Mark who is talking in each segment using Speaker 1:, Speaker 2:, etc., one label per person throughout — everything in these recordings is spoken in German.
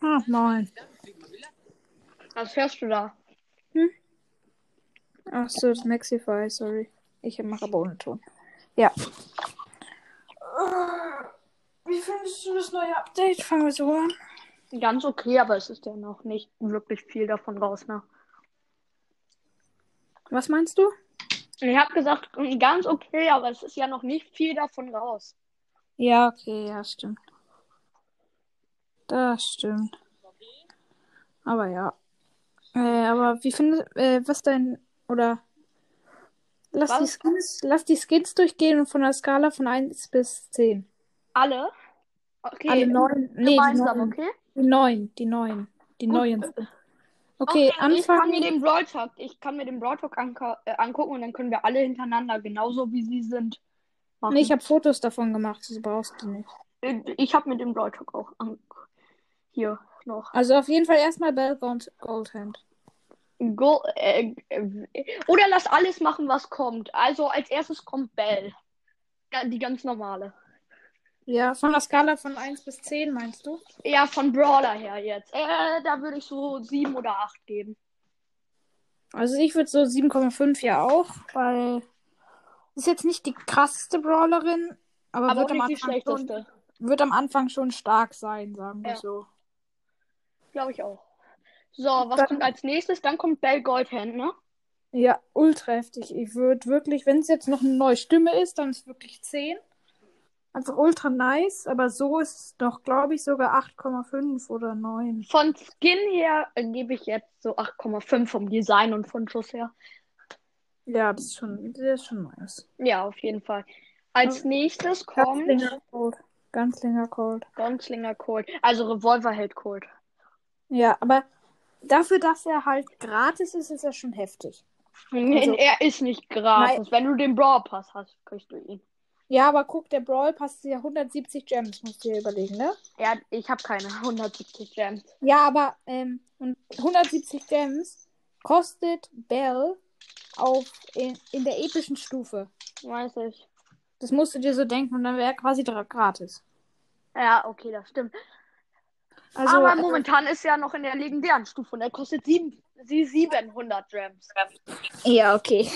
Speaker 1: Ach, moin.
Speaker 2: Was Also fährst du da?
Speaker 1: Ach so, das Maxify, sorry. Ich mache aber ohne Ton. Ja. Äh, Wie findest du das neue Update? Fangen wir so an.
Speaker 2: Ganz okay, aber es ist ja noch nicht wirklich viel davon raus, ne?
Speaker 1: Was meinst du?
Speaker 2: Ich habe gesagt, mm, ganz okay, aber es ist ja noch nicht viel davon raus.
Speaker 1: Ja, okay, ja, stimmt. Das stimmt. Aber ja. Äh, aber wie findest äh, was dein oder lass die,
Speaker 2: Was?
Speaker 1: Skins, lass die Skins durchgehen und von der Skala von 1 bis 10.
Speaker 2: Alle? Okay.
Speaker 1: Alle neun. Nee, die
Speaker 2: gemeinsam,
Speaker 1: neun.
Speaker 2: okay?
Speaker 1: Die neun, die neun, die neuen. Okay,
Speaker 2: Ich kann
Speaker 1: anfangen.
Speaker 2: mir den Brawl Talk, ich kann mir den Brawl Talk anka- äh, angucken und dann können wir alle hintereinander, genauso wie sie sind, machen.
Speaker 1: Nee, ich habe Fotos davon gemacht, das brauchst du nicht.
Speaker 2: Äh, ich hab mir den Brawl Talk auch an hier noch.
Speaker 1: Also auf jeden Fall erstmal Belgrund Goldhand.
Speaker 2: Go äh, äh, oder lass alles machen, was kommt. Also als erstes kommt Bell. Ga- Die ganz normale.
Speaker 1: Ja, von der Skala von 1 bis 10 meinst du?
Speaker 2: Ja, von Brawler her jetzt. Äh, da würde ich so sieben oder acht geben.
Speaker 1: Also ich würde so 7,5 ja auch, weil ist jetzt nicht die krasseste Brawlerin, aber,
Speaker 2: Aber
Speaker 1: wird,
Speaker 2: auch
Speaker 1: am
Speaker 2: nicht die
Speaker 1: Anfang schon,
Speaker 2: schlechteste.
Speaker 1: wird am Anfang schon stark sein, sagen wir
Speaker 2: Ja.
Speaker 1: so.
Speaker 2: Glaube ich auch. So, was
Speaker 1: Dann-
Speaker 2: kommt als nächstes? Dann kommt Bell Goldhand, ne?
Speaker 1: Ja, ultra heftig. Ich würde wirklich, wenn es jetzt noch eine neue Stimme ist, dann ist wirklich 10. Also ultra nice, aber so ist es doch, glaube ich, sogar 8,5 oder 9.
Speaker 2: Von Skin her äh, gebe ich jetzt so 8,5 vom Design und von Schuss her.
Speaker 1: Ja, das ist schon, das ist schon nice.
Speaker 2: Ja, auf jeden Fall. Als nächstes kommt
Speaker 1: Ganzlinger Cold. Ganzlinger Cold.
Speaker 2: Gunslinger Cold. Also Revolverheld Cold.
Speaker 1: Ja, aber dafür, dass er halt gratis ist, ist er schon heftig.
Speaker 2: Nee,
Speaker 1: Also-
Speaker 2: er ist nicht gratis. Wenn du den Brawl Pass hast, kriegst du ihn.
Speaker 1: Ja, aber guck, der Brawl passt ja 170 Gems, musst du dir überlegen, ne?
Speaker 2: Ja, ich habe keine 170 Gems.
Speaker 1: Ja, aber ähm, und 170 Gems kostet Bell auf in, in der epischen Stufe.
Speaker 2: Weiß ich.
Speaker 1: Das musst du dir so denken und dann wäre er quasi dra- gratis.
Speaker 2: Ja, okay, das stimmt.
Speaker 1: Also,
Speaker 2: Aber momentan ist er noch in der legendären Stufe und er kostet sieben, sie 700 Gems.
Speaker 1: Ja, okay.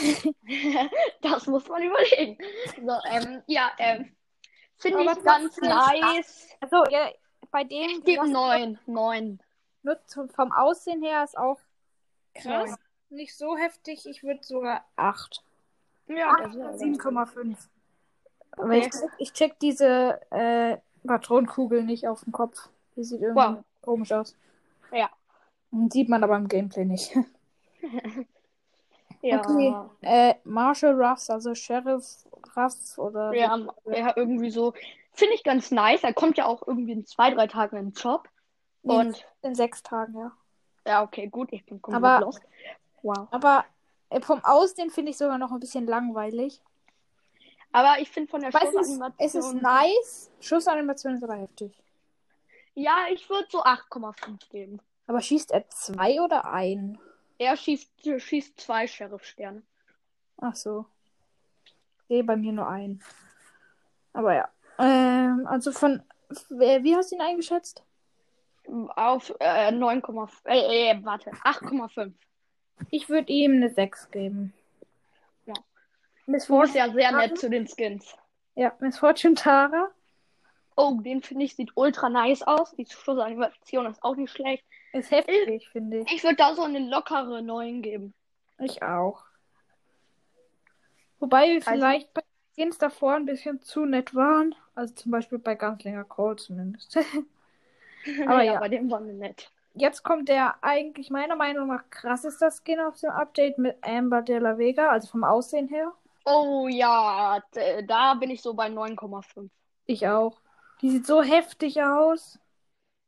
Speaker 2: Das muss man überlegen. So, ähm, ja, ähm, finde
Speaker 1: Aber
Speaker 2: ich ganz
Speaker 1: trotzdem-
Speaker 2: nice.
Speaker 1: Also, ja, bei dem,
Speaker 2: Ich gebe neun, neun.
Speaker 1: nur zum- vom Aussehen her ist auch krass.
Speaker 2: Neun.
Speaker 1: Nicht so heftig, ich würde sogar 8.
Speaker 2: Ja,
Speaker 1: Also,
Speaker 2: das ist ja
Speaker 1: 7,5. Aber
Speaker 2: Okay.
Speaker 1: ich, check- ich check diese äh, Patronenkugel nicht auf dem Kopf. Die sieht irgendwie
Speaker 2: Wow.
Speaker 1: komisch aus.
Speaker 2: Ja.
Speaker 1: Und Sieht man aber im Gameplay nicht.
Speaker 2: Ja,
Speaker 1: Okay. Äh, Marshall Ruffs, also Sheriff Ruffs oder.
Speaker 2: ja, ja, irgendwie so. Finde ich ganz nice. Er kommt ja auch irgendwie in zwei, drei Tagen in den Job.
Speaker 1: Nee,
Speaker 2: Und
Speaker 1: In sechs Tagen, ja.
Speaker 2: ja, okay, gut, ich bin komplett
Speaker 1: Aber-
Speaker 2: lost. Wow.
Speaker 1: Aber äh, vom Aussehen finde ich sogar noch ein bisschen langweilig.
Speaker 2: Aber ich finde von der
Speaker 1: Weiß es, ist- es ist
Speaker 2: Schussanimation.
Speaker 1: nice. Schussanimation ist aber heftig.
Speaker 2: Ja, ich würde so 8,5 geben.
Speaker 1: Aber schießt er zwei oder ein?
Speaker 2: Er schießt, schießt zwei Sheriff-Sterne.
Speaker 1: Ach so. Nee, bei mir nur ein. Aber ja. Ähm, also von. Wer, wie hast du ihn eingeschätzt?
Speaker 2: Auf äh, 9,5. Äh, äh, warte, 8,5.
Speaker 1: Ich würde ihm eine 6 geben.
Speaker 2: Ja.
Speaker 1: Miss
Speaker 2: Ist
Speaker 1: Fortune,
Speaker 2: ja sehr
Speaker 1: Warte.
Speaker 2: nett zu den Skins.
Speaker 1: ja, Miss Fortune Tara
Speaker 2: Oh, den finde ich, sieht ultra nice aus. Die Schussanimation ist auch nicht schlecht.
Speaker 1: ist heftig, finde ich.
Speaker 2: Ich würde da so eine lockere 9 geben.
Speaker 1: Ich auch. Also- Wobei wir vielleicht bei Skins davor ein bisschen zu nett waren. Also zum Beispiel bei Gunslinger Cole zumindest. Aber ja.
Speaker 2: bei dem war mir nett.
Speaker 1: Jetzt kommt der eigentlich meiner Meinung nach krasseste Skin auf dem Update mit Amber de la Vega, also vom Aussehen her.
Speaker 2: Oh ja, d- da bin ich so bei 9,5.
Speaker 1: Ich auch. Die sieht so heftig aus.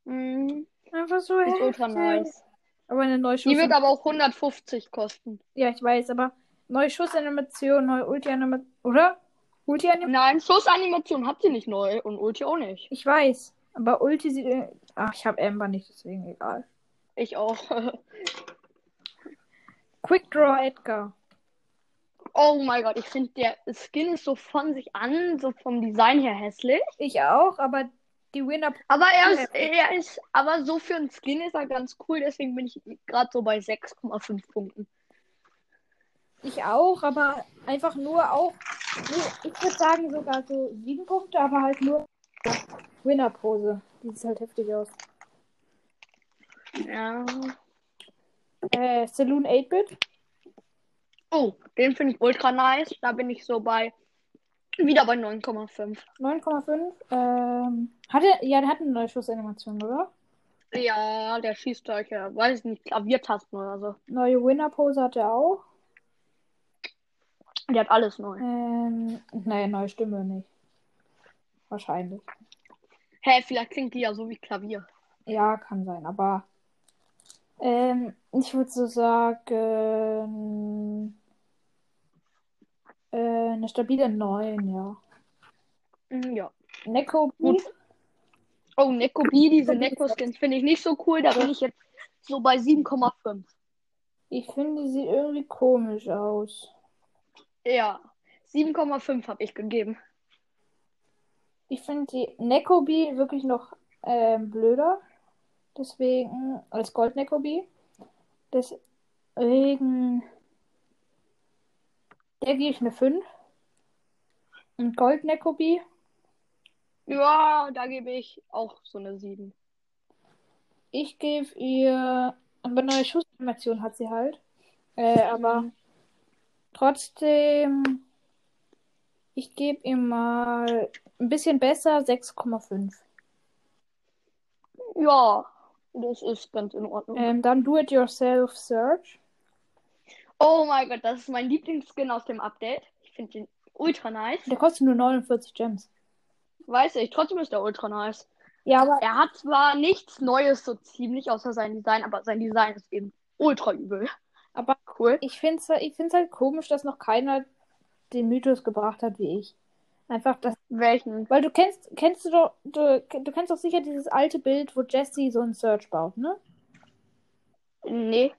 Speaker 2: Mhm.
Speaker 1: Einfach so
Speaker 2: Sieht
Speaker 1: heftig.
Speaker 2: ultra nice.
Speaker 1: Aber eine neue Schuss.
Speaker 2: Die wird aber auch 150 kosten.
Speaker 1: ja, ich weiß, aber neue Schussanimation, neue Ulti-Animation, oder? Ulti-Animation?
Speaker 2: Nein, Schussanimation hat sie nicht neu und Ulti auch nicht.
Speaker 1: Ich weiß. Aber Ulti sieht. irgendwie- Ach, ich habe Amber nicht, deswegen egal.
Speaker 2: Ich auch.
Speaker 1: Quick Draw Edgar.
Speaker 2: Oh mein Gott, ich finde der Skin ist so von sich an, so vom Design her hässlich.
Speaker 1: Ich auch, aber Die Winner.
Speaker 2: Aber er ist, er ist, aber so für einen Skin ist er ganz cool, deswegen bin ich gerade so bei 6,5 Punkten.
Speaker 1: Ich auch, aber einfach nur auch. nee, Ich würde sagen sogar so sieben Punkte, aber halt nur Winner-Pose. Die sieht halt heftig aus.
Speaker 2: Ja.
Speaker 1: Äh, Saloon 8-Bit.
Speaker 2: Oh, den finde ich ultra nice. Da bin ich so bei wieder bei 9,5.
Speaker 1: 9,5. Ähm, hatte, ja, der hat eine neue Schussanimation, oder?
Speaker 2: Ja, der schießt solche, weiß ich nicht, Klaviertasten oder so.
Speaker 1: Neue Winner-Pose hat er auch.
Speaker 2: Der hat alles neu.
Speaker 1: Ähm, nee, neue Stimme nicht. Wahrscheinlich.
Speaker 2: Hä, vielleicht klingt die ja so wie Klavier.
Speaker 1: Ja, kann sein, aber ähm, ich würde so sagen, äh, eine stabile 9, ja.
Speaker 2: Mm, Ja.
Speaker 1: Neko
Speaker 2: Gut. Oh, Neko B, diese Neko-Skins finde ich nicht so cool. Da bin ich jetzt so bei 7,5.
Speaker 1: ich finde, die sieht irgendwie komisch aus.
Speaker 2: Ja. 7,5 habe ich gegeben.
Speaker 1: Ich finde die Nekobi wirklich noch ähm, blöder. Deswegen, als Gold Nekobi. Deswegen, der gebe ich eine 5. Und Gold Nekobi,
Speaker 2: Ja, da gebe ich auch so eine 7.
Speaker 1: ich gebe ihr. Aber neue Schussanimation hat sie halt. Äh, aber trotzdem, ich gebe ihr mal ein bisschen besser 6,5.
Speaker 2: Ja, das ist ganz in Ordnung.
Speaker 1: Ähm, dann Do-It-Yourself Search.
Speaker 2: Oh mein Gott, das ist mein Lieblingsskin aus dem Update. Ich finde den ultra nice.
Speaker 1: Der kostet nur 49 Gems.
Speaker 2: Weiß ich, trotzdem ist der ultra nice.
Speaker 1: Ja, aber
Speaker 2: Er hat zwar nichts Neues so ziemlich, außer sein Design, aber sein Design ist eben ultra übel.
Speaker 1: Aber-
Speaker 2: cool.
Speaker 1: ich finde es ich find's halt komisch, dass noch keiner den Mythos gebracht hat wie ich. Einfach das.
Speaker 2: Welchen?
Speaker 1: Weil du kennst, kennst du doch, du, du kennst doch sicher dieses alte Bild, wo Jesse so einen Search baut, ne?
Speaker 2: Nee.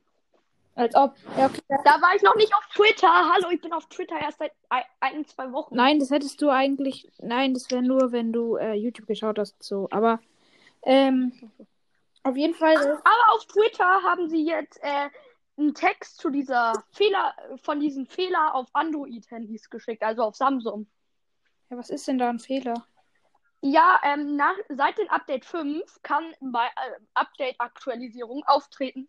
Speaker 1: Als ob. Ja, okay. ja.
Speaker 2: Da war ich noch nicht auf Twitter. Hallo, ich bin auf Twitter erst seit ein, ein zwei Wochen.
Speaker 1: Nein, das hättest du eigentlich. Nein, das wäre nur, wenn du äh, YouTube geschaut hast, so. Aber ähm, auf jeden Fall.
Speaker 2: Aber auf Twitter haben sie jetzt äh, einen Text zu dieser Fehler, von diesem Fehler auf Android-Handys geschickt, also auf Samsung.
Speaker 1: Ja, was ist denn da ein Fehler?
Speaker 2: Ja, ähm, nach, seit dem Update 5 kann bei äh, Update-Aktualisierung auftreten,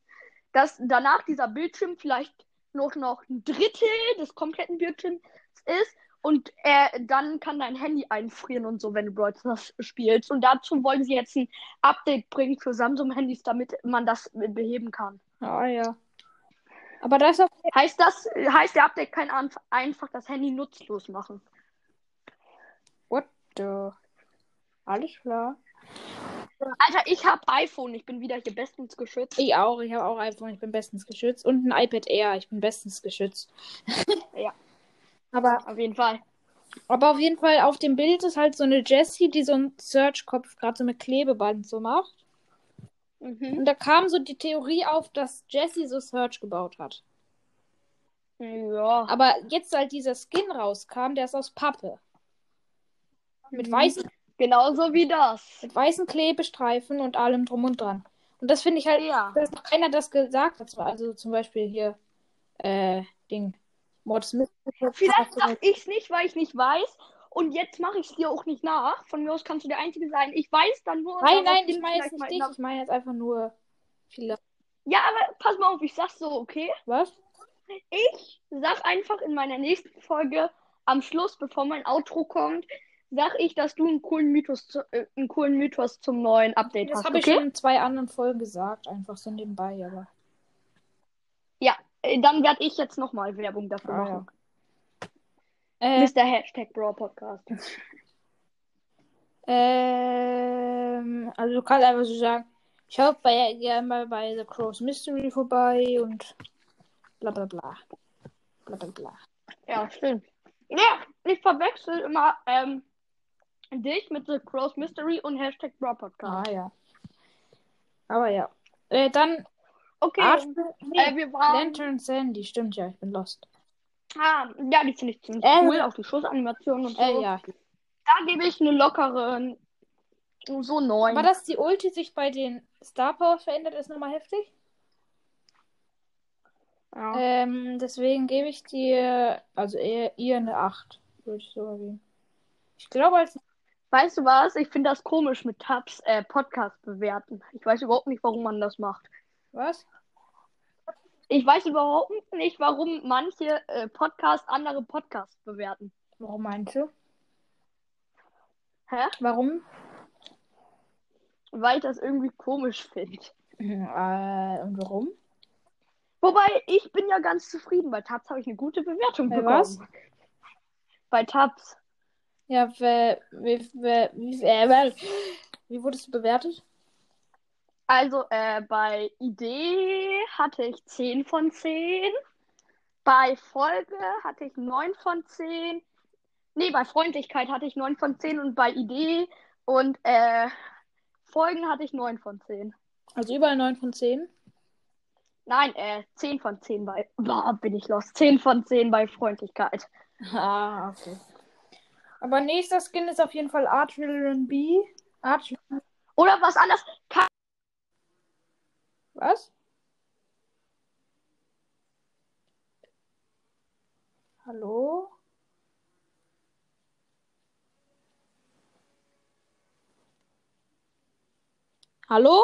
Speaker 2: dass danach dieser Bildschirm vielleicht noch, noch ein Drittel des kompletten Bildschirms ist und äh, dann kann dein Handy einfrieren und so, wenn du Brawl Stars spielst. Und dazu wollen sie jetzt ein Update bringen für Samsung-Handys, damit man das beheben kann.
Speaker 1: Ah, ja. Aber da ist auf
Speaker 2: Heißt das, heißt der Update kann anf- einfach das Handy nutzlos machen?
Speaker 1: What the? Alles klar.
Speaker 2: Alter, ich hab iPhone, ich bin wieder hier bestens geschützt.
Speaker 1: Ich auch, ich habe auch iPhone, ich bin bestens geschützt. Und ein iPad Air, ich bin bestens geschützt.
Speaker 2: Ja.
Speaker 1: Aber,
Speaker 2: Auf jeden Fall.
Speaker 1: aber auf jeden Fall auf dem Bild ist halt so eine Jessie, die so einen Search-Kopf gerade so mit Klebeband so macht.
Speaker 2: Mhm.
Speaker 1: Und da kam so die Theorie auf, dass Jessie so Search gebaut hat.
Speaker 2: Ja.
Speaker 1: Aber jetzt, als dieser Skin rauskam, der ist aus Pappe.
Speaker 2: Mhm.
Speaker 1: Mit weißen,
Speaker 2: Genauso wie das.
Speaker 1: mit weißen Klebestreifen und allem drum und dran. Und das finde ich halt
Speaker 2: Ja.
Speaker 1: dass noch keiner das gesagt hat. Also zum Beispiel hier, äh, Ding, Mord Smith.
Speaker 2: Vielleicht sag ich's nicht, weil ich nicht weiß. Und jetzt mache ich's dir auch nicht nach. Von mir aus kannst du der Einzige sein. Ich weiß dann nur.
Speaker 1: Nein,
Speaker 2: darauf
Speaker 1: nein, ich
Speaker 2: hin
Speaker 1: meine jetzt
Speaker 2: vielleicht mal
Speaker 1: nicht dich,
Speaker 2: in
Speaker 1: ich meine jetzt einfach nur viele.
Speaker 2: der- Ja, aber pass mal auf, ich sag's so, okay?
Speaker 1: Was?
Speaker 2: Ich sag einfach in meiner nächsten Folge am Schluss, bevor mein Outro kommt, sag ich, dass du einen coolen Mythos, zu- äh, einen coolen Mythos zum neuen Update
Speaker 1: Das
Speaker 2: hast.
Speaker 1: habe ich
Speaker 2: Okay?
Speaker 1: schon in zwei anderen Folgen gesagt, einfach so nebenbei, aber.
Speaker 2: Äh, Dann werde ich jetzt nochmal Werbung dafür
Speaker 1: Ah,
Speaker 2: machen.
Speaker 1: Äh,
Speaker 2: Mr. Hashtag Bro Podcast.
Speaker 1: ähm, also du kannst einfach so sagen, schaut bei, gerne mal bei The Crow's Mystery vorbei und bla bla bla. Bla bla bla.
Speaker 2: Ja, stimmt. Ja, ich verwechsel immer ähm, dich mit The Cross Mystery und Hashtag Bra Podcast.
Speaker 1: Ah ja. Aber ja. Äh, dann
Speaker 2: Okay,
Speaker 1: Arschbl- Ah, nee.
Speaker 2: äh, wir waren.
Speaker 1: Lantern Sandy, stimmt ja, ich bin lost.
Speaker 2: Ah, ja, die finde ich ziemlich
Speaker 1: Äh,
Speaker 2: cool, auch die Schussanimation und so.
Speaker 1: Äh, ja.
Speaker 2: Da gebe ich eine lockere So neun.
Speaker 1: Aber dass die Ulti sich bei den Star Powers verändert, ist nochmal heftig.
Speaker 2: ja.
Speaker 1: Ähm, deswegen gebe ich dir, also ihr, ihr eine 8, würde ich so erwähnen. Ich glaube, als
Speaker 2: Weißt du was? Ich finde das komisch mit Tabs äh, Podcast bewerten. Ich weiß überhaupt nicht, warum man das macht.
Speaker 1: was?
Speaker 2: Ich weiß überhaupt nicht, warum manche äh, Podcasts andere Podcasts bewerten.
Speaker 1: Warum meinst du?
Speaker 2: Hä?
Speaker 1: Warum?
Speaker 2: Weil ich das irgendwie komisch finde.
Speaker 1: Äh, und warum?
Speaker 2: Wobei, ich bin ja ganz zufrieden. Bei Tabs habe ich eine gute Bewertung
Speaker 1: Bei
Speaker 2: bekommen.
Speaker 1: was?
Speaker 2: Bei Tabs.
Speaker 1: Ja, wer, wer, wer, wie, äh, wer, wie wurdest du bewertet?
Speaker 2: Also, äh, bei Idee hatte ich 10 von 10. Bei Folge hatte ich 9 von 10. Nee, bei Freundlichkeit hatte ich 9 von 10 und bei Idee und äh, Folgen hatte ich 9 von 10.
Speaker 1: Also überall 9 von 10.
Speaker 2: Nein, äh, 10 von 10 bei. Boah, bin ich los. 10 von 10 bei Freundlichkeit.
Speaker 1: Ah, okay. Aber nächster Skin ist auf jeden Fall Artillery B. Art
Speaker 2: Oder was anderes.
Speaker 1: was? Hallo? Hallo?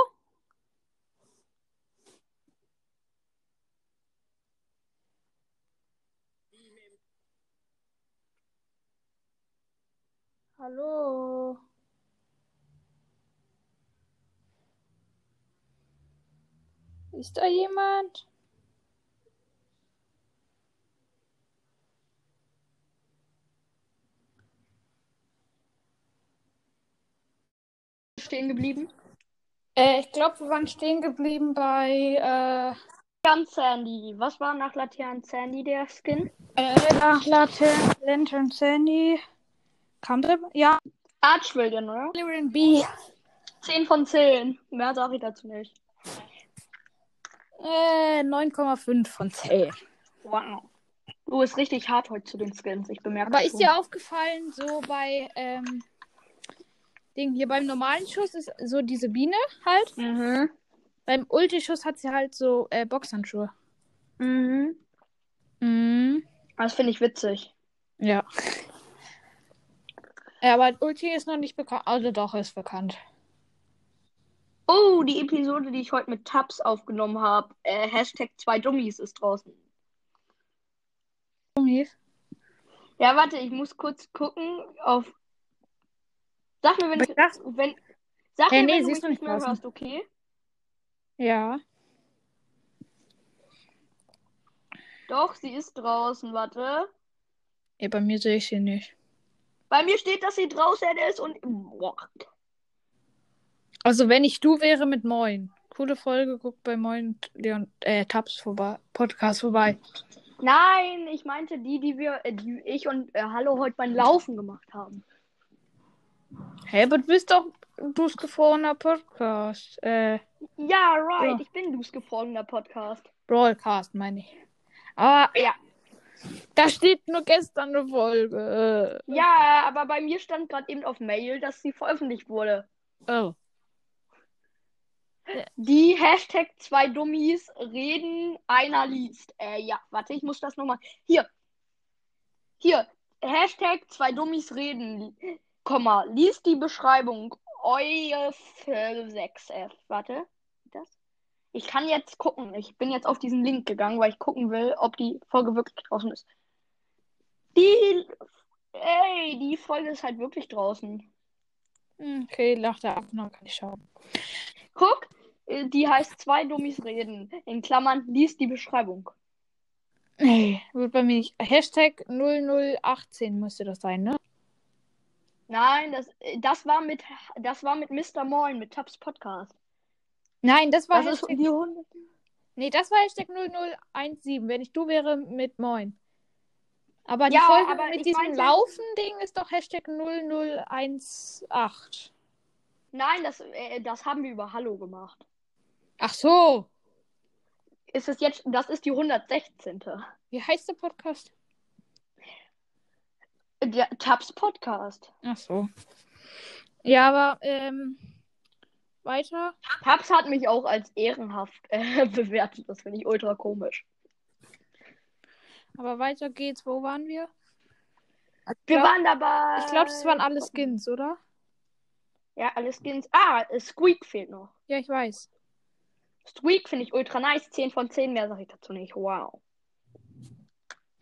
Speaker 1: Hallo? Ist da jemand?
Speaker 2: Stehen geblieben.
Speaker 1: Äh, ich glaube, wir waren stehen geblieben bei äh,
Speaker 2: Laternen Sandy. Was war nach Laternen Sandy der Skin?
Speaker 1: äh, äh, nach Lantern, Lantern Sandy. Kam der? Ja,
Speaker 2: Archvillain, oder?
Speaker 1: Lyrian B.
Speaker 2: 10 von 10. Mehr sage ich dazu nicht.
Speaker 1: Äh, 9,5 von 10.
Speaker 2: Wow. Du bist richtig hart heute zu den Skins. Ich bemerke
Speaker 1: Aber
Speaker 2: schon.
Speaker 1: ist dir aufgefallen, so bei ähm, Ding hier beim normalen Schuss ist so diese Biene halt.
Speaker 2: Mhm.
Speaker 1: Beim Ulti-Schuss hat sie halt so äh, Boxhandschuhe.
Speaker 2: Mhm.
Speaker 1: Mhm.
Speaker 2: Das finde ich witzig.
Speaker 1: Ja. Ja, Äh, aber Ulti ist noch nicht bekannt. Also doch, ist bekannt.
Speaker 2: Oh, die Episode, die ich heute mit Tabs aufgenommen habe. Äh, Hashtag zwei Dummies ist draußen.
Speaker 1: Dummies.
Speaker 2: Ja, warte, ich muss kurz gucken auf. Sag mir, wenn ich.
Speaker 1: Sag-
Speaker 2: Wenn, sag
Speaker 1: Äh,
Speaker 2: mir,
Speaker 1: nee,
Speaker 2: wenn du
Speaker 1: sie ist
Speaker 2: mich
Speaker 1: noch
Speaker 2: nicht
Speaker 1: nicht
Speaker 2: mehr
Speaker 1: draußen.
Speaker 2: hörst, okay?
Speaker 1: Ja.
Speaker 2: Doch, sie ist draußen, warte.
Speaker 1: Ja, bei mir sehe ich sie nicht.
Speaker 2: Bei mir steht, dass sie draußen ist und. Boah.
Speaker 1: Also, wenn ich du wäre mit Moin. Coole Folge, guckt bei Moin Leon, äh, Tabs vorbei, Podcast vorbei.
Speaker 2: Nein, ich meinte die, die wir, äh, die ich und äh, Hallo heute beim Laufen gemacht haben.
Speaker 1: Hey, aber du bist doch du's gefrorener Podcast. Äh,
Speaker 2: Ja,
Speaker 1: Ja.
Speaker 2: right. Ich bin dus gefrorener Podcast.
Speaker 1: Broadcast, meine ich. Aber
Speaker 2: Ja.
Speaker 1: da steht nur gestern eine Folge.
Speaker 2: Ja, aber bei mir stand gerade eben auf Mail, dass sie veröffentlicht wurde.
Speaker 1: Oh.
Speaker 2: Die Hashtag zwei Dummies reden, einer liest. Äh, ja, warte, ich muss das nochmal. Hier. Hier. Hashtag zwei Dummies reden, Komma, liest die Beschreibung. Eure 6F. Warte. Das? Ich kann jetzt gucken. Ich bin jetzt auf diesen Link gegangen, weil ich gucken will, ob die Folge wirklich draußen ist. Die. Ey, die Folge ist halt wirklich draußen.
Speaker 1: Hm, Okay, nach der Abnahme kann ich schauen.
Speaker 2: Guck, äh, die heißt zwei Dummies reden. In Klammern, liest die Beschreibung.
Speaker 1: Nee, wird bei mir nicht. Hashtag 0018 müsste das sein, ne?
Speaker 2: Nein, das, äh, das war mit das war mit Mr. Moin, mit Tabs Podcast.
Speaker 1: Nein, das war
Speaker 2: Das ist
Speaker 1: Hashtag
Speaker 2: die Hunde.
Speaker 1: Nee, das war Hashtag 0017, wenn ich du wäre mit Moin. Aber die
Speaker 2: Ja,
Speaker 1: Folge
Speaker 2: aber ich
Speaker 1: mit diesem
Speaker 2: meinte-
Speaker 1: Laufen-Ding ist doch Hashtag 0018.
Speaker 2: Nein, das, äh, das haben wir über Hallo gemacht.
Speaker 1: Ach so,
Speaker 2: Ist es jetzt, das ist die 116.
Speaker 1: wie heißt der Podcast?
Speaker 2: Der Tabs Podcast.
Speaker 1: Ach so. Ja, aber ähm, weiter.
Speaker 2: Paps hat mich auch als ehrenhaft äh, bewertet. Das finde ich ultra komisch.
Speaker 1: Aber weiter geht's. Wo waren wir?
Speaker 2: Wir
Speaker 1: Ja.
Speaker 2: waren dabei.
Speaker 1: Ich glaube, das waren alle Skins, oder?
Speaker 2: Ja, alle Skins. Ah, äh, Squeak fehlt noch.
Speaker 1: Ja, ich weiß.
Speaker 2: Squeak finde ich ultra nice. 10 von 10 mehr sage ich dazu nicht. Wow.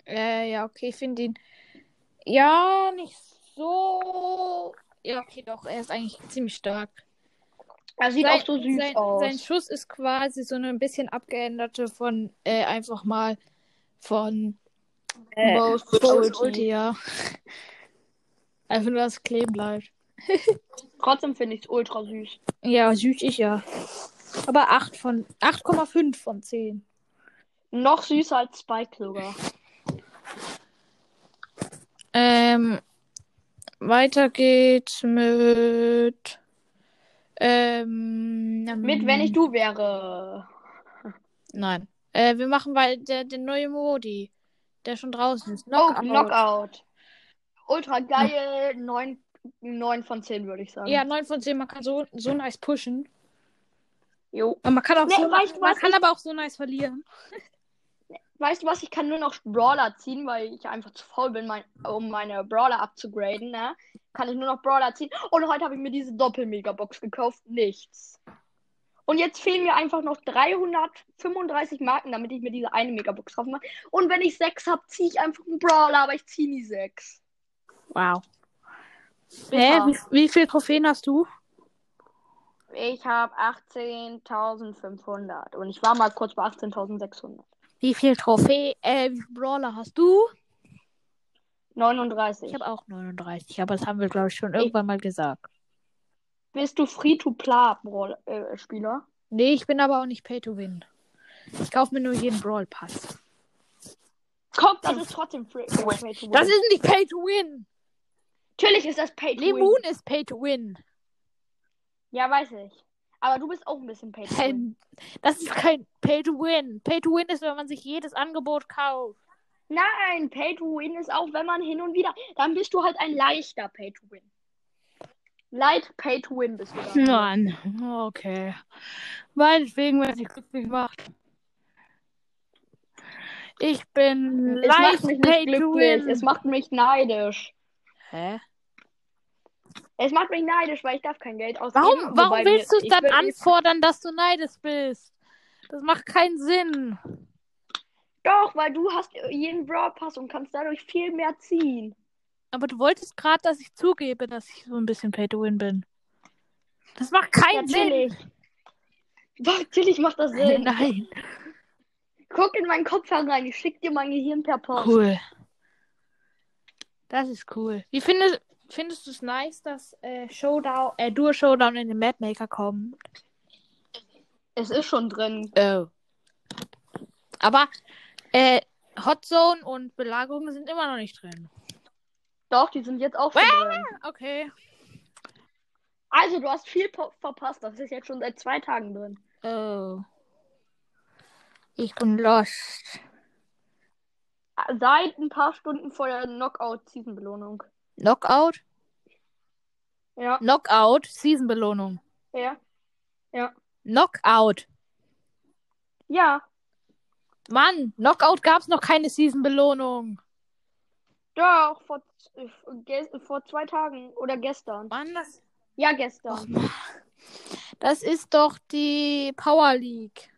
Speaker 1: Äh, ja, okay, ich finde ihn. Ja, nicht so. Ja, okay, doch, er ist eigentlich ziemlich stark.
Speaker 2: Er sieht
Speaker 1: Sein-
Speaker 2: auch so süß
Speaker 1: sein,
Speaker 2: aus.
Speaker 1: Sein Schuss ist quasi so eine ein bisschen abgeänderte von, äh, einfach mal von
Speaker 2: Äh,
Speaker 1: Bows
Speaker 2: Bows
Speaker 1: Ulti. ja. Einfach nur, dass es kleben bleibt.
Speaker 2: Trotzdem finde ich es ultra süß.
Speaker 1: Ja, süß ich ja. Aber 8 von 8,5 von 10.
Speaker 2: Noch süßer als Spike sogar.
Speaker 1: Ähm, weiter geht's mit. Ähm,
Speaker 2: Mit wenn ich du wäre.
Speaker 1: Nein. Äh, wir machen weil der, der neue Modi, der schon draußen ist.
Speaker 2: Oh, Knockout. Ultra geil. 9, 9 von 10 würde ich sagen.
Speaker 1: Ja, 9 von 10. Man kann so, so nice pushen.
Speaker 2: Jo.
Speaker 1: Und man kann auch
Speaker 2: Nee,
Speaker 1: so,
Speaker 2: weißt du
Speaker 1: man
Speaker 2: was?
Speaker 1: kann aber auch so nice verlieren.
Speaker 2: Weißt du was? Ich kann nur noch Brawler ziehen, weil ich einfach zu faul bin, mein, um meine Brawler abzugraden. Ne? Kann ich nur noch Brawler ziehen. Und heute habe ich mir diese Doppel-Megabox gekauft. Nichts. Und jetzt fehlen mir einfach noch 335 Marken, damit ich mir diese eine Megabox kaufen kann. Und wenn ich sechs habe, ziehe ich einfach einen Brawler, aber ich ziehe nie sechs.
Speaker 1: Wow. Hä?
Speaker 2: Bitter.
Speaker 1: Wie, wie viele Trophäen hast du?
Speaker 2: Ich habe 18.500 und ich war mal kurz bei 18.600.
Speaker 1: Wie viele Trophäen? Äh, wie viele Brawler hast du? Ich
Speaker 2: 39.
Speaker 1: habe auch 39, aber das haben wir, glaube ich, schon irgendwann mal gesagt.
Speaker 2: Bist du äh, Free-to-Play-Spieler?
Speaker 1: Nee, ich bin aber auch nicht Pay to Win. Ich kaufe mir nur jeden Brawl Pass.
Speaker 2: Guck, das ist trotzdem Free to Win.
Speaker 1: Das ist nicht Pay to Win!
Speaker 2: Natürlich ist das Pay to Win.
Speaker 1: Lemoon ist Pay to Win.
Speaker 2: Ja, weiß ich. Aber du bist auch ein bisschen Pay to Win.
Speaker 1: Kein, das ist kein Pay to Win. Pay to Win ist, wenn man sich jedes Angebot kauft.
Speaker 2: Nein, Pay to Win ist auch, wenn man hin und wieder. Dann bist du halt ein leichter Pay to Win. Light Pay to Win bist du da.
Speaker 1: Mann, okay. Meinetwegen, wenn es dich glücklich macht. Ich bin
Speaker 2: Es macht
Speaker 1: leicht
Speaker 2: mich
Speaker 1: Pay
Speaker 2: nicht
Speaker 1: to
Speaker 2: glücklich.
Speaker 1: Win.
Speaker 2: Es macht mich neidisch.
Speaker 1: Hä?
Speaker 2: Es macht mich neidisch, weil ich darf kein Geld ausgeben.
Speaker 1: Warum,
Speaker 2: Wobei
Speaker 1: warum willst du
Speaker 2: mir-
Speaker 1: es
Speaker 2: ich
Speaker 1: dann
Speaker 2: will-
Speaker 1: anfordern, dass du neidisch bist? Das macht keinen Sinn.
Speaker 2: Doch, weil du hast jeden Brawl Pass und kannst dadurch viel mehr ziehen.
Speaker 1: Aber du wolltest gerade, dass ich zugebe, dass ich so ein bisschen Pay to Win bin. Das macht keinen Sinn.
Speaker 2: Natürlich. Natürlich macht das Sinn.
Speaker 1: Nein.
Speaker 2: Guck in meinen Kopf herein. Ich schick dir mein Gehirn per Post.
Speaker 1: Cool. Das ist cool. Wie findest, findest du es nice, dass äh, Showdown, äh, Duo Showdown in den Mapmaker kommt?
Speaker 2: Es ist schon drin.
Speaker 1: Oh. Aber äh, Hot Zone und Belagerung sind immer noch nicht drin.
Speaker 2: Doch, die sind jetzt auch schon drin.
Speaker 1: Okay.
Speaker 2: Also, du hast viel po- verpasst. Das ist jetzt schon seit zwei Tagen drin.
Speaker 1: Oh. Ich bin lost.
Speaker 2: Seit ein paar Stunden vor der Knockout-Season-Belohnung.
Speaker 1: Knockout?
Speaker 2: Ja,
Speaker 1: Knockout? Season-Belohnung.
Speaker 2: ja.
Speaker 1: Knockout.
Speaker 2: Ja,
Speaker 1: Mann, Knockout gab's noch keine Season-Belohnung.
Speaker 2: doch, vor, äh, ge- vor zwei Tagen oder gestern.
Speaker 1: Mann, das
Speaker 2: Ja,
Speaker 1: Ach,
Speaker 2: gestern.
Speaker 1: Mann. Das ist doch die Power League.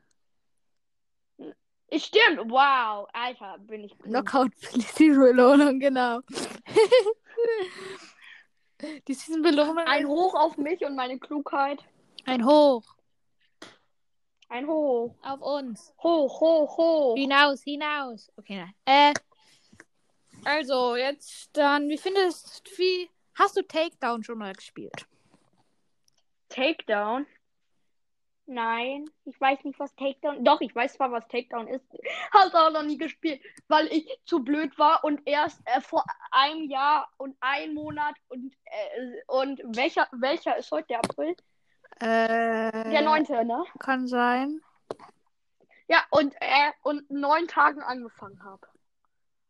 Speaker 2: Ich stimmt. Wow, Alter, bin
Speaker 1: Oh.
Speaker 2: ich cool.
Speaker 1: Knockout Season Belohnung, genau. die Season Belohnung.
Speaker 2: Ein Hoch auf mich und meine Klugheit.
Speaker 1: ein Hoch.
Speaker 2: Ein Hoch.
Speaker 1: Auf uns.
Speaker 2: Hoch, hoch, hoch.
Speaker 1: Hinaus, hinaus. Okay, nein. Äh, also, jetzt dann, wie findest du, wie, hast du Takedown schon mal gespielt?
Speaker 2: Takedown? Nein, ich weiß nicht, was Takedown. Doch, ich weiß zwar, was Takedown ist. Hab's auch noch nie gespielt, weil ich zu blöd war und erst äh, vor einem Jahr und einem Monat und äh, und welcher welcher ist heute der April?
Speaker 1: Äh,
Speaker 2: Der 9. ne?
Speaker 1: kann sein.
Speaker 2: Ja, und äh, und neun Tagen angefangen habe.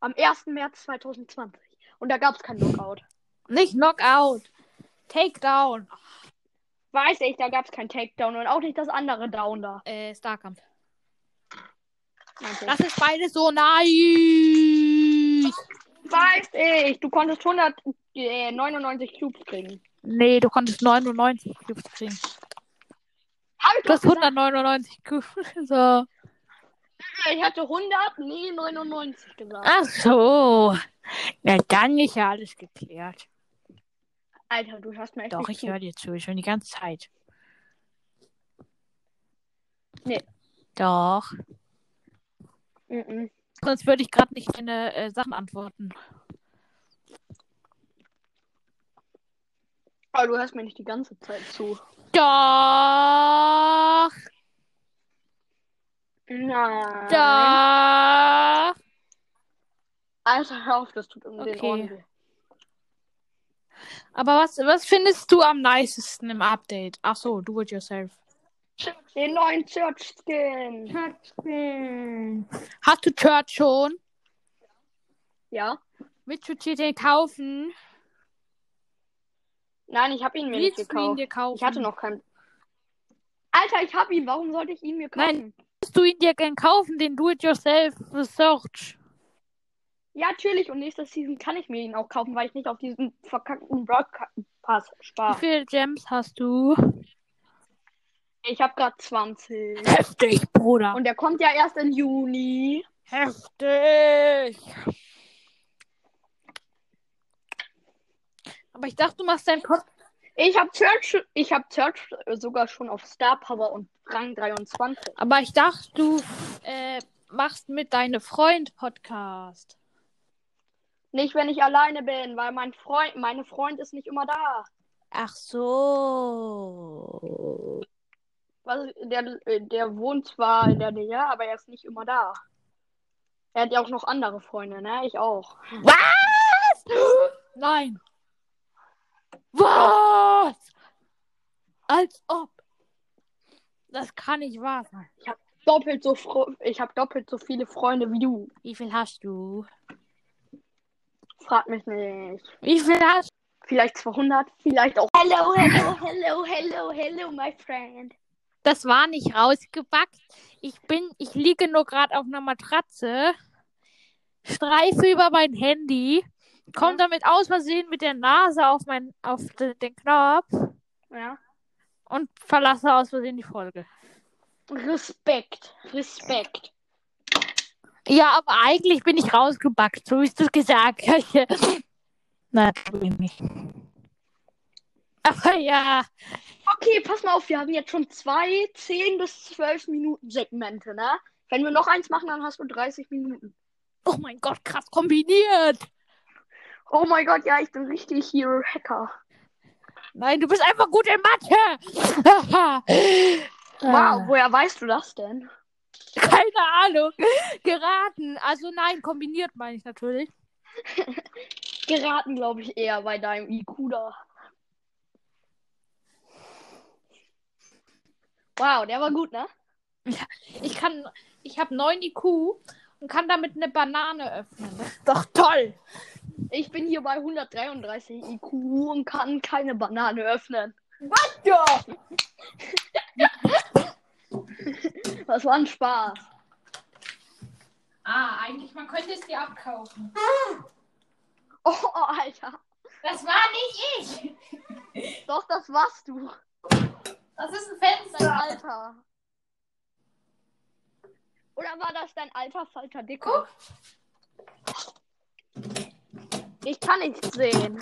Speaker 2: Am 1. März 2020. Und da gab's kein Knockout.
Speaker 1: Nicht Knockout. Takedown.
Speaker 2: Weiß ich, da gab es kein Takedown und auch nicht das andere Down da.
Speaker 1: Äh, Starkampf.
Speaker 2: Meinte ich.
Speaker 1: Das ist beides so nice.
Speaker 2: Weiß ich, du konntest 199 Cubes kriegen.
Speaker 1: Nee, du konntest 99 Cubes kriegen.
Speaker 2: Hab ich
Speaker 1: Du
Speaker 2: doch
Speaker 1: hast 199 Cubes. So.
Speaker 2: gesagt, ich hatte 100, nee, 99 gesagt.
Speaker 1: Ach so. Na, dann ist ja alles geklärt.
Speaker 2: Alter, du hast mir echt
Speaker 1: Doch,
Speaker 2: nicht
Speaker 1: ich
Speaker 2: zu.
Speaker 1: höre dir zu, schon die ganze Zeit.
Speaker 2: Nee.
Speaker 1: Doch.
Speaker 2: Mhm.
Speaker 1: Sonst würde ich gerade nicht deine äh, Sachen antworten.
Speaker 2: Aber du hörst mir nicht die ganze Zeit zu.
Speaker 1: Doch.
Speaker 2: Nein.
Speaker 1: Doch.
Speaker 2: Alter, hör auf, das tut um den
Speaker 1: Okay.
Speaker 2: Ohren weh.
Speaker 1: Aber was, was findest du am nicesten im Update? Ach so, do it yourself.
Speaker 2: Den neuen Church Skin. Hm.
Speaker 1: Hast du Church schon?
Speaker 2: Ja?
Speaker 1: Willst du dir den kaufen?
Speaker 2: Nein, ich habe ihn mir nicht
Speaker 1: Willst du ihn
Speaker 2: gekauft.
Speaker 1: dir kaufen?
Speaker 2: Ich hatte noch keinen. Alter, ich habe ihn. Warum sollte ich ihn mir kaufen?
Speaker 1: Nein. Willst du ihn dir gern kaufen, den do it yourself Search?
Speaker 2: Ja, natürlich. Und nächste Season kann ich mir ihn auch kaufen, weil ich nicht auf diesen verkackten Broadcast
Speaker 1: Wie
Speaker 2: spare.
Speaker 1: viele Gems hast du?
Speaker 2: Ich habe gerade 20.
Speaker 1: Heftig, Bruder.
Speaker 2: Und der kommt ja erst im Juni.
Speaker 1: Heftig. Aber ich dachte, du machst deinen Podcast.
Speaker 2: Ich habe Church, ich habe Church sogar schon auf Star Power und Rang 23.
Speaker 1: Aber ich dachte, du äh, machst mit deinem Freund Podcast.
Speaker 2: Nicht, wenn ich alleine bin, weil mein Freund, meine Freund ist nicht immer da.
Speaker 1: Ach so.
Speaker 2: Was, der, der wohnt zwar in der Nähe, aber er ist nicht immer da. Er hat ja auch noch andere Freunde, ne? Ich auch.
Speaker 1: Nein. Was? Als ob. Das kann nicht wahr sein.
Speaker 2: Doppelt so fro ich habe doppelt so viele Freunde wie du.
Speaker 1: Wie viel hast du?
Speaker 2: Frag mich nicht.
Speaker 1: Wie viel hast
Speaker 2: Vielleicht 200, vielleicht auch. Hello, hello, hello, hello, hello, my friend.
Speaker 1: Das war nicht rausgebackt. Ich bin, ich liege nur gerade auf einer Matratze, streife über mein Handy, komme
Speaker 2: Mhm.
Speaker 1: damit aus Versehen mit der Nase auf, mein, auf de- den Knopf
Speaker 2: Ja.
Speaker 1: und verlasse aus Versehen die Folge.
Speaker 2: Respekt, Respekt.
Speaker 1: Ja, aber eigentlich bin ich rausgebackt, so wie du gesagt hast. Nein, bin ich nicht. Aber ja,
Speaker 2: Okay, pass mal auf, wir haben jetzt schon zwei 10 bis 12 Minuten Segmente, ne? Wenn wir noch eins machen, dann hast du 30 Minuten.
Speaker 1: oh mein Gott, krass kombiniert.
Speaker 2: Oh mein Gott, ja, ich bin richtig hier Hacker.
Speaker 1: Nein, du bist einfach gut in Mathe.
Speaker 2: Wow, woher weißt du das denn?
Speaker 1: Keine Ahnung. Geraten. Also nein, kombiniert meine ich natürlich.
Speaker 2: Geraten, glaube ich, eher bei deinem IQ da. Wow, der war gut, ne?
Speaker 1: Ich kann, ich habe 9 IQ und kann damit eine Banane öffnen. Das ist doch toll.
Speaker 2: Ich bin hier bei 133 IQ und kann keine Banane öffnen.
Speaker 1: Ja.
Speaker 2: Das war ein Spaß.
Speaker 1: Ah, eigentlich, man könnte es dir abkaufen.
Speaker 2: Oh, Alter.
Speaker 1: Das war nicht ich.
Speaker 2: Doch, das warst du.
Speaker 1: Das ist ein
Speaker 2: Dein
Speaker 1: Fenster.
Speaker 2: Alter. Oder war das dein alter, falter Dicker? Ich kann nichts sehen.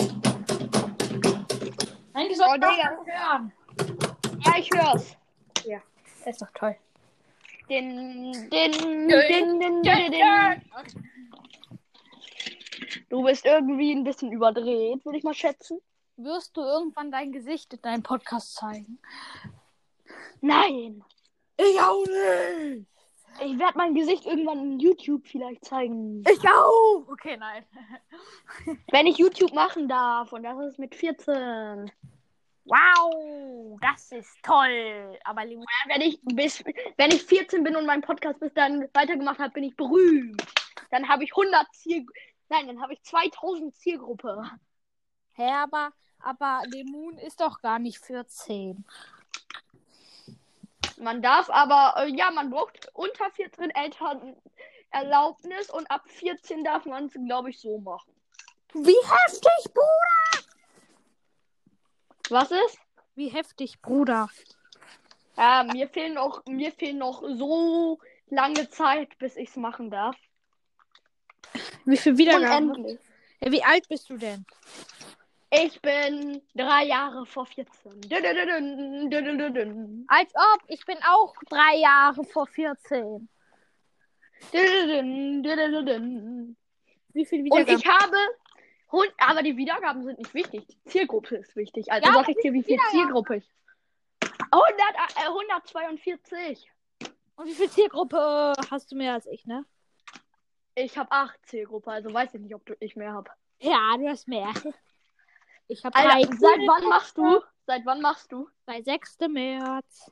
Speaker 1: Nein, die
Speaker 2: Oh,
Speaker 1: sollten
Speaker 2: Digga.
Speaker 1: das nicht hören.
Speaker 2: Ja, ich hör's.
Speaker 1: Das ist doch toll.
Speaker 2: Din, din, din, din, din, din. Du bist irgendwie ein bisschen überdreht, würde ich mal schätzen.
Speaker 1: Wirst du irgendwann dein Gesicht in deinem Podcast zeigen?
Speaker 2: Nein.
Speaker 1: Ich auch nicht.
Speaker 2: Ich werde mein Gesicht irgendwann in YouTube vielleicht zeigen.
Speaker 1: Ich auch. Okay, nein.
Speaker 2: Wenn ich YouTube machen darf. Und das ist mit 14.
Speaker 1: Wow, das ist toll. Aber liebe
Speaker 2: wenn ich bis wenn ich 14 bin und meinen Podcast bis dann weitergemacht habe, bin ich berühmt. Dann habe ich 100 Ziel Nein, dann habe ich 2000 Zielgruppe.
Speaker 1: Herber, Aber Lemun ist doch gar nicht 14.
Speaker 2: Man darf aber, äh, ja, man braucht unter 14 Eltern Erlaubnis und ab 14 darf man es, glaube ich, so machen.
Speaker 1: Wie heftig, Bruder!
Speaker 2: Was ist?
Speaker 1: Wie heftig, Bruder.
Speaker 2: Ja, mir fehlen noch, mir fehlen noch so lange Zeit, bis ich es machen darf.
Speaker 1: Wie viel Wiedergaben?
Speaker 2: Unendlich.
Speaker 1: Ja, wie alt bist du denn?
Speaker 2: Ich bin drei Jahre vor 14. Dü- dü- dü- dü- dü- dü- dü- dü.
Speaker 1: Als ob, ich bin auch drei Jahre vor 14.
Speaker 2: Dü- dü- dü- dü- dü- dü- dü.
Speaker 1: Wie viel
Speaker 2: Und
Speaker 1: Wiedergaben?
Speaker 2: ich habe. Hund, aber die Wiedergaben sind nicht wichtig. Die Zielgruppe ist wichtig. Also
Speaker 1: Ja,
Speaker 2: sag ich dir, wie viel Zielgruppe ich. 100, äh, 142.
Speaker 1: Und wie viel Zielgruppe hast du mehr als ich, ne?
Speaker 2: Ich habe 8 Zielgruppe, also weiß ich nicht, ob du, ich mehr habe.
Speaker 1: Ja, du hast mehr. Ich habe drei.
Speaker 2: Alter, seit wann machst du? Seit wann machst du?
Speaker 1: Bei 6. März.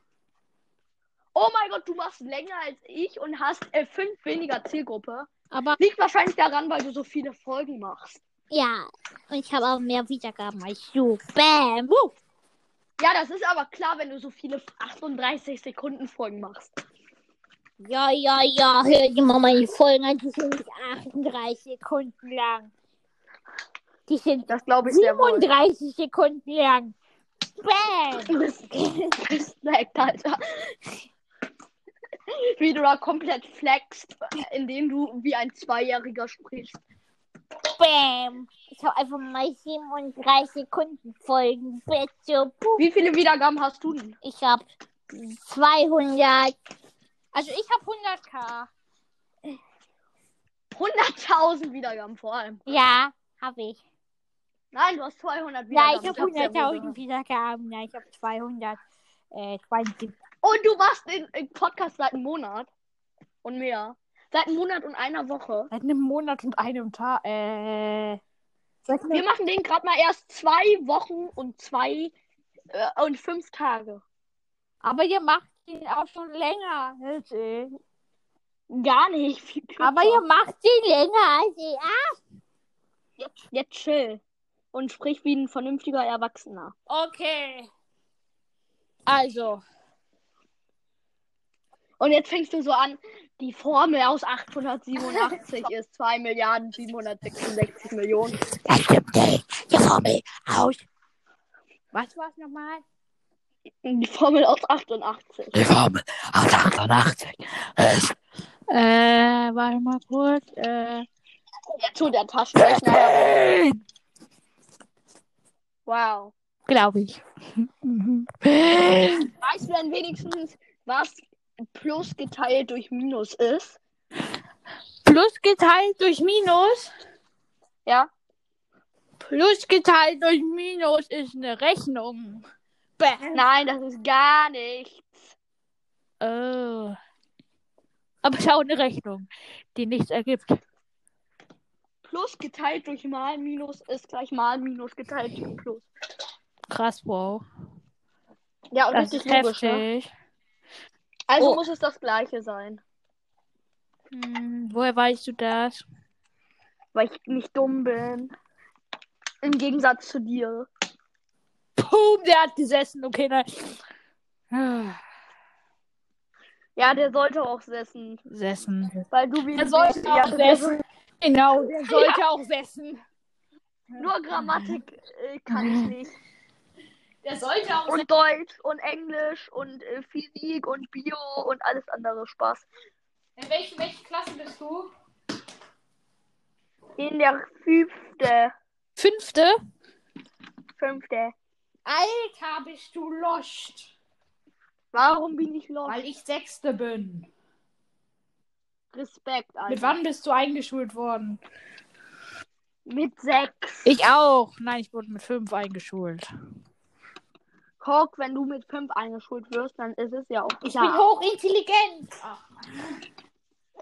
Speaker 2: Oh mein Gott, du machst länger als ich und hast äh, fünf weniger Zielgruppe.
Speaker 1: Aber
Speaker 2: Liegt wahrscheinlich daran, weil du so viele Folgen machst.
Speaker 1: ja, und ich habe auch mehr Wiedergaben als du. Bam! Wuh.
Speaker 2: Ja, das ist aber klar, wenn du so viele 38 Sekunden Folgen machst.
Speaker 1: Ja, ja, ja, hör dir mal meine Folgen an. Die sind nicht 38 Sekunden lang. Die sind
Speaker 2: Das glaube ich sehr wohl.
Speaker 1: 37 Sekunden lang. Bam!
Speaker 2: Du bist geflaggt, Alter. halt, Wie du da komplett flexst, indem du wie ein Zweijähriger sprichst.
Speaker 1: Bam! Ich habe einfach mal 37 Sekunden Folgen. Bitte. Puh.
Speaker 2: Wie viele Wiedergaben hast du denn?
Speaker 1: Ich habe 200. Also ich habe 100k.
Speaker 2: 100.000 Wiedergaben vor allem.
Speaker 1: Ja, habe ich.
Speaker 2: Nein, du hast 200
Speaker 1: Ja,
Speaker 2: Wiedergaben.
Speaker 1: ich habe
Speaker 2: hab's ja wohl
Speaker 1: 100.000
Speaker 2: gehört.
Speaker 1: Wiedergaben. Ja, ich habe 200. Äh, 72.
Speaker 2: Und du machst den äh, Podcast seit einem Monat und mehr. Seit einem Monat und einer Woche.
Speaker 1: Seit einem Monat und einem Tag. Äh. Seit
Speaker 2: Wir machen den gerade mal erst zwei Wochen und zwei äh, und fünf Tage.
Speaker 1: Aber ihr macht den auch schon länger. als ich.
Speaker 2: Gar nicht. Viel kürzer.
Speaker 1: Aber ihr macht den länger als ich.
Speaker 2: jetzt, jetzt chill. Und sprich wie ein vernünftiger Erwachsener.
Speaker 1: Ah, Okay. Also.
Speaker 2: Und jetzt fängst du so an, die Formel aus 887 ist 2 Milliarden 766 Millionen.
Speaker 1: Das stimmt nicht. Die Formel aus. Was war es nochmal?
Speaker 2: Die Formel aus 88.
Speaker 3: Die Formel aus 88 ist
Speaker 1: Äh, warte mal kurz. Äh.
Speaker 2: Jetzt holt der Taschenrechner. heraus. Wow.
Speaker 1: Glaube ich.
Speaker 2: Weißt du denn wenigstens, was plus geteilt durch minus ist?
Speaker 1: Plus geteilt durch Minus.
Speaker 2: Ja.
Speaker 1: Plus geteilt durch Minus ist eine Rechnung. Bäh.
Speaker 2: Nein, das ist gar nicht.
Speaker 1: Oh. Aber schau, eine Rechnung, die nichts ergibt.
Speaker 2: Plus geteilt durch mal minus ist gleich mal minus geteilt durch plus.
Speaker 1: Krass, wow.
Speaker 2: Ja, und
Speaker 1: Das ist
Speaker 2: richtig logisch. Ne?
Speaker 1: heftig.
Speaker 2: Also
Speaker 1: Oh.
Speaker 2: muss es das gleiche sein.
Speaker 1: Hm, woher weißt du das?
Speaker 2: Weil ich nicht dumm bin. Im Gegensatz zu dir.
Speaker 1: Boom, der hat gesessen. Okay, nein. Ah,
Speaker 2: Ja, der sollte auch sitzen.
Speaker 1: Sessen.
Speaker 2: Weil du wie
Speaker 1: Der
Speaker 2: du
Speaker 1: sollte
Speaker 2: bist.
Speaker 1: auch
Speaker 2: ja, du bist-
Speaker 1: sessen. Genau, der sollte auch sessen.
Speaker 2: Nur Grammatik äh, kann ich nicht.
Speaker 1: Der sollte auch
Speaker 2: Und Deutsch und Englisch und äh, Physik und Bio und alles andere Spaß.
Speaker 1: In welche, welche Klasse bist du?
Speaker 2: In der fünfte,
Speaker 1: Fünfte.
Speaker 2: fünfte.
Speaker 1: Alter, bist du lost.
Speaker 2: Warum bin ich los?
Speaker 1: Weil ich Sechste bin.
Speaker 2: Respekt, Alter.
Speaker 1: Mit wann bist du eingeschult worden?
Speaker 2: Mit sechs.
Speaker 1: Ich auch. Nein, ich wurde mit fünf eingeschult.
Speaker 2: Guck, wenn du mit fünf eingeschult wirst, dann ist es ja auch
Speaker 1: Ich
Speaker 2: klar.
Speaker 1: bin hochintelligent.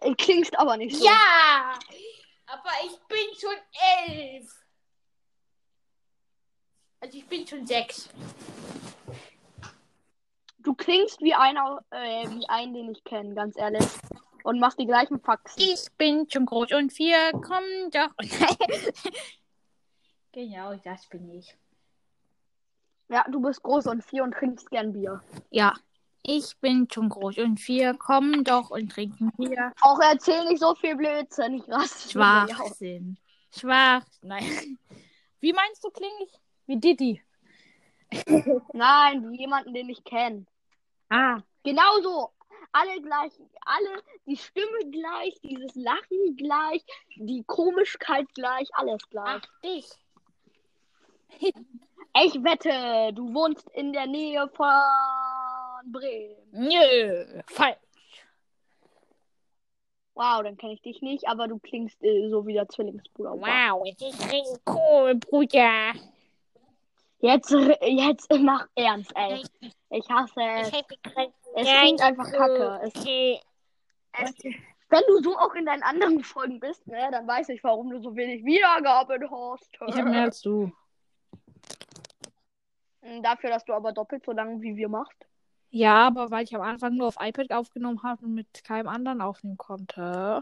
Speaker 2: Äh, Klingst aber nicht so.
Speaker 1: Ja, aber ich bin schon elf. Also ich bin schon sechs.
Speaker 2: Du klingst wie einer, äh, wie einen, den ich kenne, ganz ehrlich. Und machst die gleichen Faxen.
Speaker 1: Ich bin schon groß und wir kommen doch. genau, das bin ich.
Speaker 2: Ja, du bist groß und vier und trinkst gern Bier.
Speaker 4: Ja. Ich bin schon groß und wir kommen doch und trinken Bier.
Speaker 2: Auch erzähl nicht so viel Blödsinn, ich raste schon wieder aus.
Speaker 4: Schwachsinn. Schwach. Nein. Wie meinst du, klinge ich? Wie Didi.
Speaker 2: Nein, wie jemanden, den ich kenne.
Speaker 4: Ah.
Speaker 2: Genauso. Alle gleich, alle, die Stimme gleich, dieses Lachen gleich, die Komischkeit gleich, alles gleich.
Speaker 4: Ach, dich.
Speaker 2: Ich wette, du wohnst in der Nähe von Bremen.
Speaker 4: Nö. Falsch.
Speaker 2: Wow, dann kenne ich dich nicht, aber du klingst äh, so wie der Zwillingsbruder.
Speaker 4: Wow, es ist richtig cool, Bruder.
Speaker 2: Jetzt, r- jetzt mach ernst, ey.
Speaker 4: Ich, ich
Speaker 2: Ich hasse es.
Speaker 4: hätte kein
Speaker 2: Es klingt einfach kacke. Es,
Speaker 4: Okay.
Speaker 2: es, wenn du so auch in deinen anderen Folgen bist, ne, dann weiß ich, warum du so wenig Wiedergaben hast.
Speaker 1: Ich habe mehr als du.
Speaker 2: Hm, Dafür, dass du aber doppelt so lange wie wir machst.
Speaker 1: Ja, aber weil ich am Anfang nur auf iPad aufgenommen habe und mit keinem anderen aufnehmen konnte.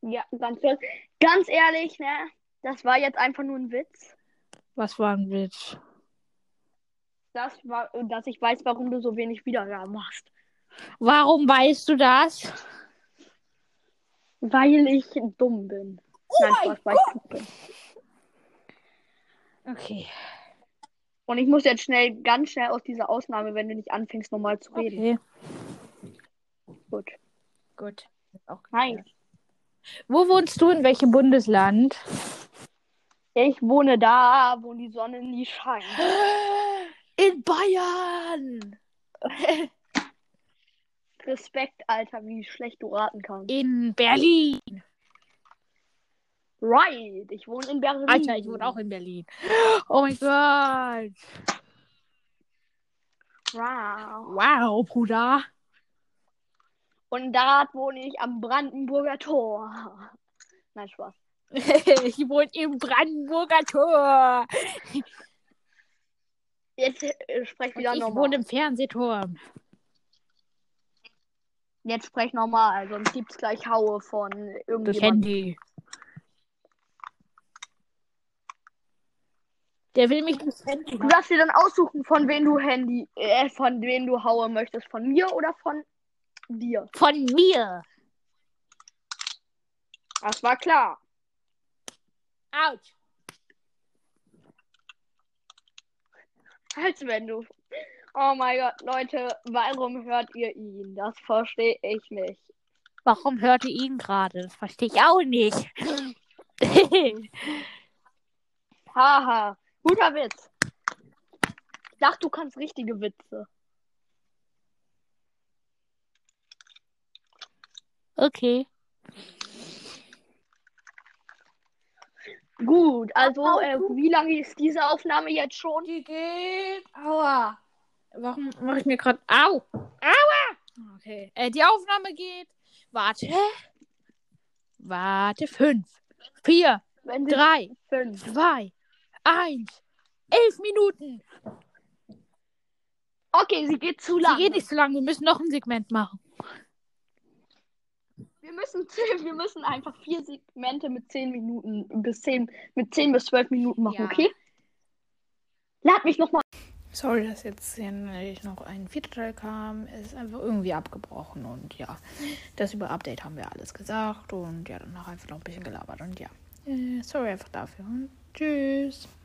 Speaker 2: Ja, ganz, ehrlich- ganz ehrlich, ne? Das war jetzt einfach nur ein Witz.
Speaker 1: Was war ein Witz?
Speaker 2: Das war, dass ich weiß, warum du so wenig Wiedergaben machst.
Speaker 4: Warum weißt du das?
Speaker 2: Weil ich dumm bin. Nein, Spaß, weil ich klug bin.
Speaker 4: Okay.
Speaker 2: Und ich muss jetzt schnell, ganz schnell aus dieser Ausnahme, wenn du nicht anfängst, normal zu reden.
Speaker 1: Okay,
Speaker 2: Gut.
Speaker 1: gut. Ist auch
Speaker 2: Nein.
Speaker 1: Wo wohnst du? In welchem Bundesland?
Speaker 2: Ich wohne da, wo die Sonne nie scheint.
Speaker 4: In Bayern.
Speaker 2: Respekt, Alter, wie schlecht du raten kannst.
Speaker 4: In Berlin.
Speaker 2: Right. Ich wohne in Berlin.
Speaker 4: Alter, ich wohne auch in Berlin. Oh mein Gott.
Speaker 2: Wow.
Speaker 4: Wow, Bruder.
Speaker 2: Und da wohne ich am Brandenburger Tor. Nein, Spaß.
Speaker 4: ich wohne im Brandenburger Tor.
Speaker 2: Jetzt äh, sprech wieder
Speaker 4: Und ich
Speaker 2: normal.
Speaker 4: wohne im Fernsehturm.
Speaker 2: Jetzt sprech normal, also sonst gibt's gleich Haue von
Speaker 4: Das
Speaker 2: irgendjemandem.
Speaker 4: Handy. Der will mich durchs Handy
Speaker 2: Du darfst dir dann aussuchen, von wem du Handy, äh, von wem du Haue möchtest. Von mir oder von dir.
Speaker 4: Von mir.
Speaker 2: Das war klar.
Speaker 4: Autsch.
Speaker 2: Als wenn du. Oh mein Gott, Leute, warum hört ihr ihn? Das verstehe ich nicht.
Speaker 4: Warum hörte ihn gerade? Das verstehe ich auch nicht.
Speaker 2: Haha, guter Witz. Ich dachte, du kannst richtige Witze.
Speaker 4: okay.
Speaker 2: Gut, also, äh, wie lange ist diese Aufnahme jetzt schon?
Speaker 1: Die geht. Aua. Warum mache ich mir gerade.
Speaker 4: Au.
Speaker 1: Okay.
Speaker 4: Äh, die Aufnahme geht. Warte. Warte. Fünf. Vier.
Speaker 2: Wenn sie
Speaker 4: Drei.
Speaker 2: fünf.
Speaker 4: Zwei. Eins. Elf Minuten.
Speaker 2: Okay, sie geht zu
Speaker 4: Sie
Speaker 2: lang.
Speaker 4: geht nicht so lang. Wir müssen noch ein Segment machen.
Speaker 2: Wir müssen, zehn- wir müssen einfach vier Segmente mit zehn Minuten bis zehn, mit zehn bis zwölf Minuten machen,
Speaker 4: Ja.
Speaker 2: okay? Lad mich nochmal.
Speaker 1: Sorry, dass jetzt hier nicht noch ein vierter Teil kam. Es ist einfach irgendwie abgebrochen und ja. Das über Update haben wir alles gesagt und ja, danach einfach noch ein bisschen gelabert und ja. Äh, sorry einfach dafür und tschüss.